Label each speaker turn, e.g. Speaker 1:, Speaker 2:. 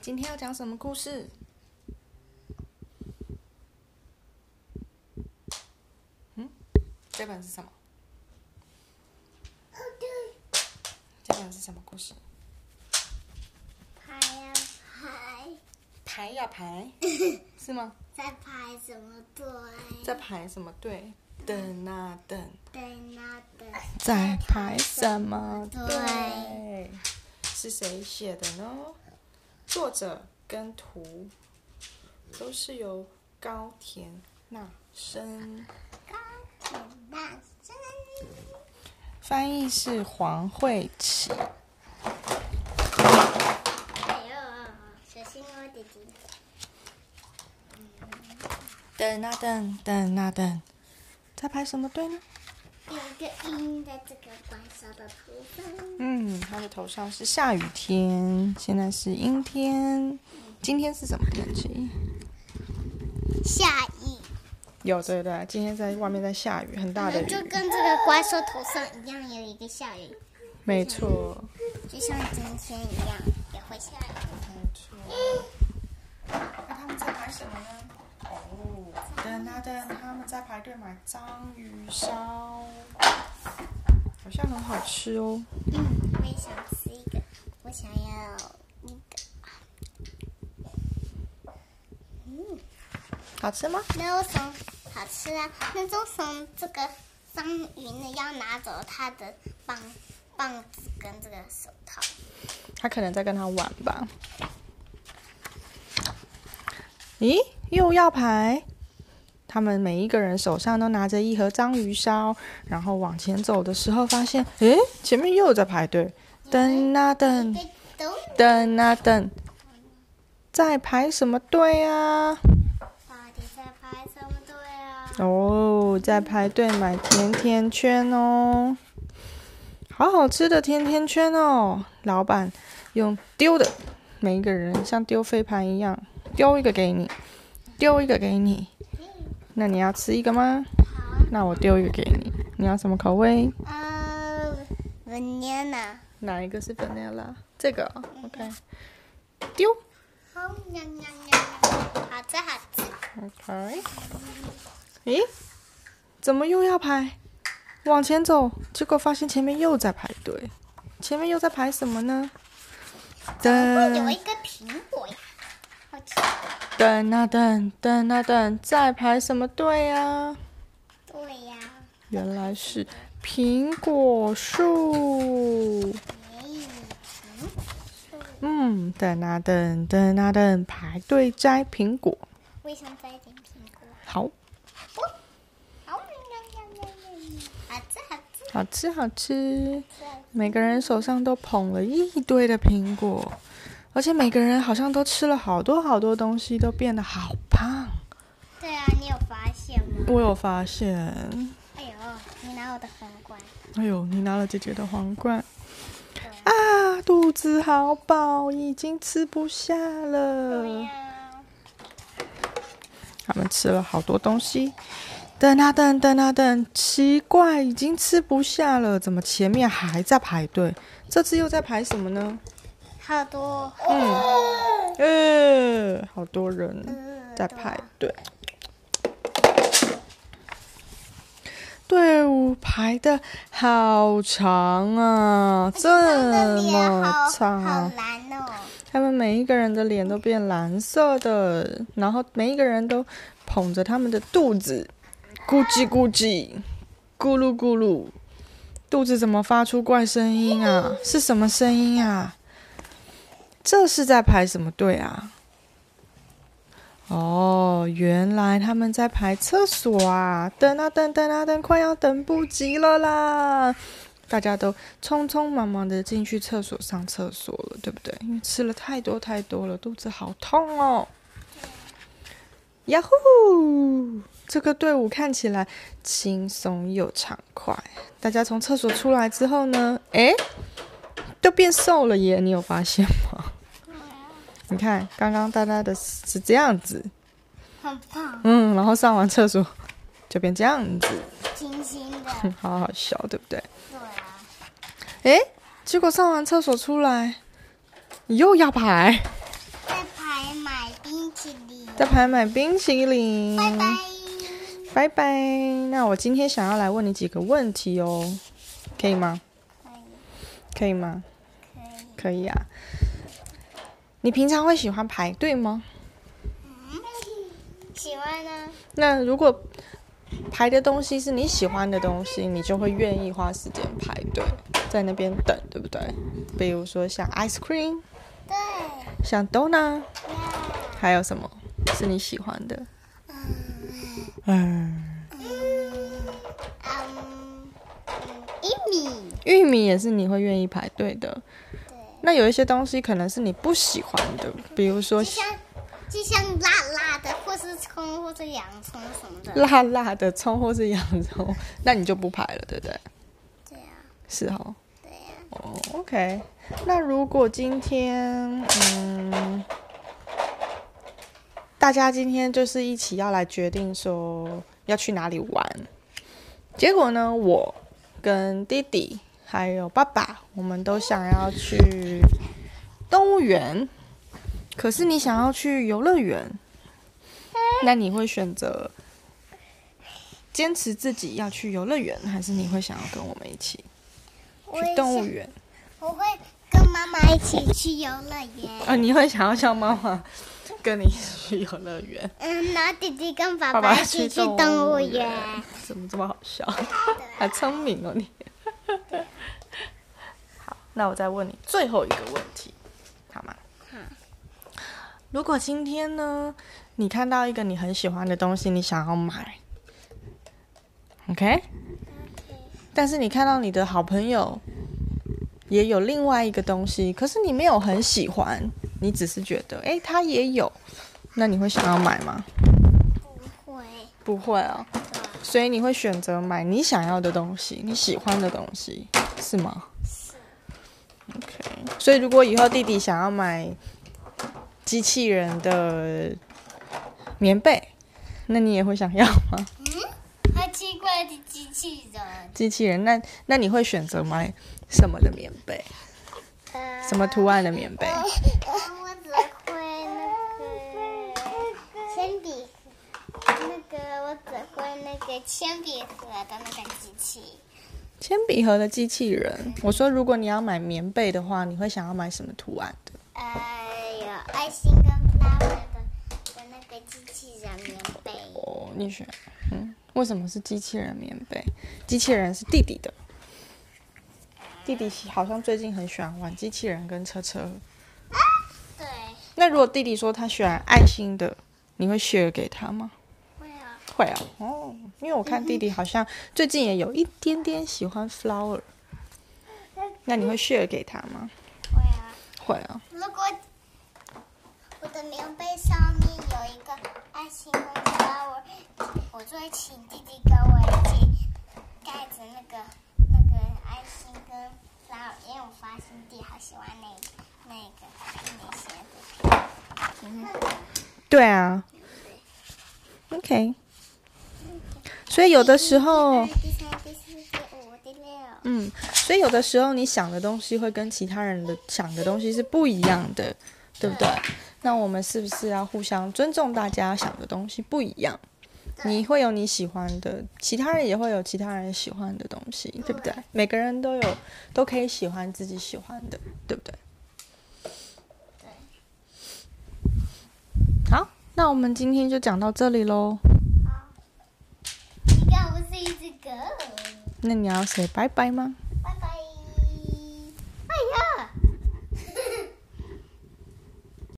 Speaker 1: 今天要讲什么故事？嗯，这本是什么？这本是什么故事？
Speaker 2: 拍呀拍，
Speaker 1: 排呀排， 是吗？
Speaker 2: 在拍什么对？
Speaker 1: 在排什么队？等啊等，
Speaker 2: 对那的
Speaker 1: 在排什么
Speaker 2: 对
Speaker 1: 队？是谁写的呢？作者跟图都是由高田纳生，
Speaker 2: 高很大声，
Speaker 1: 翻译是黄慧琪。
Speaker 2: 哎呦，小心哦，弟弟。
Speaker 1: 等啊等，等啊等，在排什么队呢？
Speaker 2: 有一个鹰在这个白色的头上，
Speaker 1: 嗯，他的头上是下雨天，现在是阴天。今天是什么天气？
Speaker 2: 下雨，
Speaker 1: 有对对，今天在外面在下雨，很大的雨。
Speaker 2: 就跟这个怪兽头上一样，有一个下雨，
Speaker 1: 没错，
Speaker 2: 就像今天一样也会下雨。
Speaker 1: 没错。那他们在排什么呢？哦，等啊等，他们在排队买章鱼烧，好像很好吃哦。
Speaker 2: 嗯，我也想吃一个，我想要一个。嗯。
Speaker 1: 好吃吗？
Speaker 2: 那为什么好吃啊？那为什么这个章鱼呢要拿走它的棒棒子跟这个手套？
Speaker 1: 他可能在跟他玩吧。咦，又要排？他们每一个人手上都拿着一盒章鱼烧，然后往前走的时候发现，诶，前面又有在排队，等啊等，
Speaker 2: 对，都
Speaker 1: 等啊等，在排什么队啊？
Speaker 2: 到底在拍什么对啊？
Speaker 1: 哦，在排队买甜甜圈哦，好好吃的甜甜圈哦！老板用丢的，每一个人像丢飞盘一样丢一个给你，丢一个给你。那你要吃一个吗？
Speaker 2: 好
Speaker 1: 那我丢一个给你。你要什么口味？
Speaker 2: 啊，呃，banana，
Speaker 1: 哪一个是 vanilla？这个哦 OK。丢
Speaker 2: 好呀呀呀，好吃好吃。
Speaker 1: OK。咦，怎么又要排？往前走，结果发现前面又在排队，前面又在排什么呢？
Speaker 2: 会有
Speaker 1: 等
Speaker 2: 一个苹果呀，好吃。
Speaker 1: 等啊等等啊等，在排什么队啊？
Speaker 2: 对呀、
Speaker 1: 原来是苹果树。
Speaker 2: 耶，苹果。
Speaker 1: 嗯，等啊等等啊等，排队摘苹果。
Speaker 2: 我也想摘一点苹果。
Speaker 1: 好，
Speaker 2: 好呀呀呀呀呀，好吃好吃
Speaker 1: 好吃好吃。
Speaker 2: 好吃。
Speaker 1: 每个人手上都捧了一堆的苹果，而且每个人好像都吃了好多好多东西，都变得好胖。
Speaker 2: 对啊，你有发现吗？
Speaker 1: 我有发现，
Speaker 2: 哎呦，你拿我的皇冠，
Speaker 1: 哎呦，你拿了姐姐的皇冠啊，肚子好饱，已经吃不下
Speaker 2: 对啊
Speaker 1: 了。
Speaker 2: 呀、
Speaker 1: 他们吃了好多东西，等啊等，等啊等，奇怪，已经吃不下了，怎么前面还在排队？这次又在排什么呢？
Speaker 2: 好多，
Speaker 1: 呃，好多人。
Speaker 2: 嗯，
Speaker 1: 嗯在排队。队伍排的好长
Speaker 2: 哎
Speaker 1: 啊，这
Speaker 2: 的脸
Speaker 1: 么
Speaker 2: 好
Speaker 1: 长
Speaker 2: 好
Speaker 1: 啊！
Speaker 2: 蓝哦，
Speaker 1: 他们每一个人的脸都变蓝色的，然后每一个人都捧着他们的肚子，咕叽咕叽，咕噜咕噜，肚子怎么发出怪声音啊？是什么声音啊？这是在排什么队啊？哦，原来他们在排厕所啊！等啊等，等啊等，快要等不及了啦！大家都匆匆忙忙的进去厕所上厕所了，对不对？因为吃了太多太多了，肚子好痛哦。呀呼！这个队伍看起来轻松又畅快。大家从厕所出来之后呢，诶，都变瘦了耶！你有发现吗？你看，刚刚大家的是这样子，
Speaker 2: 很胖，
Speaker 1: 嗯，然后上完厕所就变这样子，
Speaker 2: 清新的，
Speaker 1: 嗯好好笑，对不对？
Speaker 2: 对啊，
Speaker 1: 诶，结果上完厕所出来，又要排。
Speaker 2: 对
Speaker 1: 在排买冰淇淋。
Speaker 2: 拜拜。
Speaker 1: 拜拜。那我今天想要来问你几个问题哦，可以吗？
Speaker 2: 可以，
Speaker 1: 可以吗？
Speaker 2: 可以。
Speaker 1: 可以啊。你平常会喜欢排队吗？
Speaker 2: 嗯喜欢呢？
Speaker 1: 那如果排的东西是你喜欢的东西，你就会愿意花时间排队，在那边等，对不对？比如说像 ice cream，
Speaker 2: 对。
Speaker 1: 像 donut，
Speaker 2: 呀
Speaker 1: 还有什么是你喜欢的？
Speaker 2: 嗯
Speaker 1: 嗯，
Speaker 2: 嗯嗯，嗯一米。
Speaker 1: 玉米也是你会愿意排队的。
Speaker 2: 对，
Speaker 1: 那有一些东西可能是你不喜欢的，比如说
Speaker 2: 就像就像辣辣的，或是葱，或是洋葱什么的。
Speaker 1: 辣辣的葱或是洋葱，那你就不排了，对不对？
Speaker 2: 对呀，
Speaker 1: 是哦。
Speaker 2: 对呀。
Speaker 1: 哦，OK。那如果今天，嗯，大家今天就是一起要来决定说要去哪里玩，结果呢，我跟弟弟还有爸爸，我们都想要去动物园，可是你想要去游乐园，那你会选择坚持自己要去游乐园，还是你会想要跟我们一起
Speaker 2: 我
Speaker 1: 去
Speaker 2: 也
Speaker 1: 动物
Speaker 2: 想
Speaker 1: 园？
Speaker 2: 我会跟妈妈一起去游乐园。
Speaker 1: 啊，你会想要叫妈妈跟你一起去游乐园，
Speaker 2: 嗯，然后弟弟跟爸
Speaker 1: 爸爸
Speaker 2: 一起去
Speaker 1: 动
Speaker 2: 动物
Speaker 1: 园
Speaker 2: 园。，
Speaker 1: 怎么这么好笑？ 好聪明哦你。 好，那我再问你最后一个问题，好吗？如果今天呢，你看到一个你很喜欢的东西，你想要买，OK？但是你看到你的好朋友也有另外一个东西，可是你没有很喜欢，你只是觉得，诶，他也有，那你会想要买吗？
Speaker 2: 不会，
Speaker 1: 不会哦，所以你会选择买你想要的东西，你喜欢的东西，是吗？OK。所以如果以后弟弟想要买机器人的棉被，那你也会想要吗？
Speaker 2: 好嗯奇怪的机器人。
Speaker 1: 机器人，那 那你会选择买什么的棉被？
Speaker 2: 呃
Speaker 1: 什么图案的棉被？
Speaker 2: 哦我只会那个铅笔盒，那个我只会那个铅笔盒的那个机器，
Speaker 1: 铅笔盒的机器人。我说，如果你要买棉被的话，你会想要买什么图案的？
Speaker 2: 呃，有爱心跟 flower 的的那个机器人棉被。
Speaker 1: 哦，你选，嗯，为什么是机器人棉被？机器人是弟弟的，弟弟喜好像最近很喜欢玩机器人跟车车。
Speaker 2: 对，
Speaker 1: 那如果弟弟说他喜欢爱心的，你会 share 给他吗？
Speaker 2: 会啊，
Speaker 1: 会啊，哦，因为我看弟弟好像最近也有一点点喜欢 flower，那你会 share 给他吗？
Speaker 2: 会啊。
Speaker 1: 会啊，
Speaker 2: 如果我的棉被上面有一个爱心跟 flower，我就会请弟弟跟我一起盖着那个那个爱心跟 flower，因为我发现弟好喜欢那个那个那些的。
Speaker 1: 对啊，OK。所以有的时候，
Speaker 2: 第三、第四、第五、第六。
Speaker 1: 嗯，所以有的时候你想的东西会跟其他人的想的东西是不一样的，对不对？那我们是不是要互相尊重大家想的东西不一样？你会有你喜欢的，其他人也会有其他人喜欢的东西，对不对？每个人都有，都可以喜欢自己喜欢的，对不对？好，那我们今天就讲到这里喽。
Speaker 2: 好，你看我是一只狗。
Speaker 1: 那你要 say 拜拜吗？
Speaker 2: 哎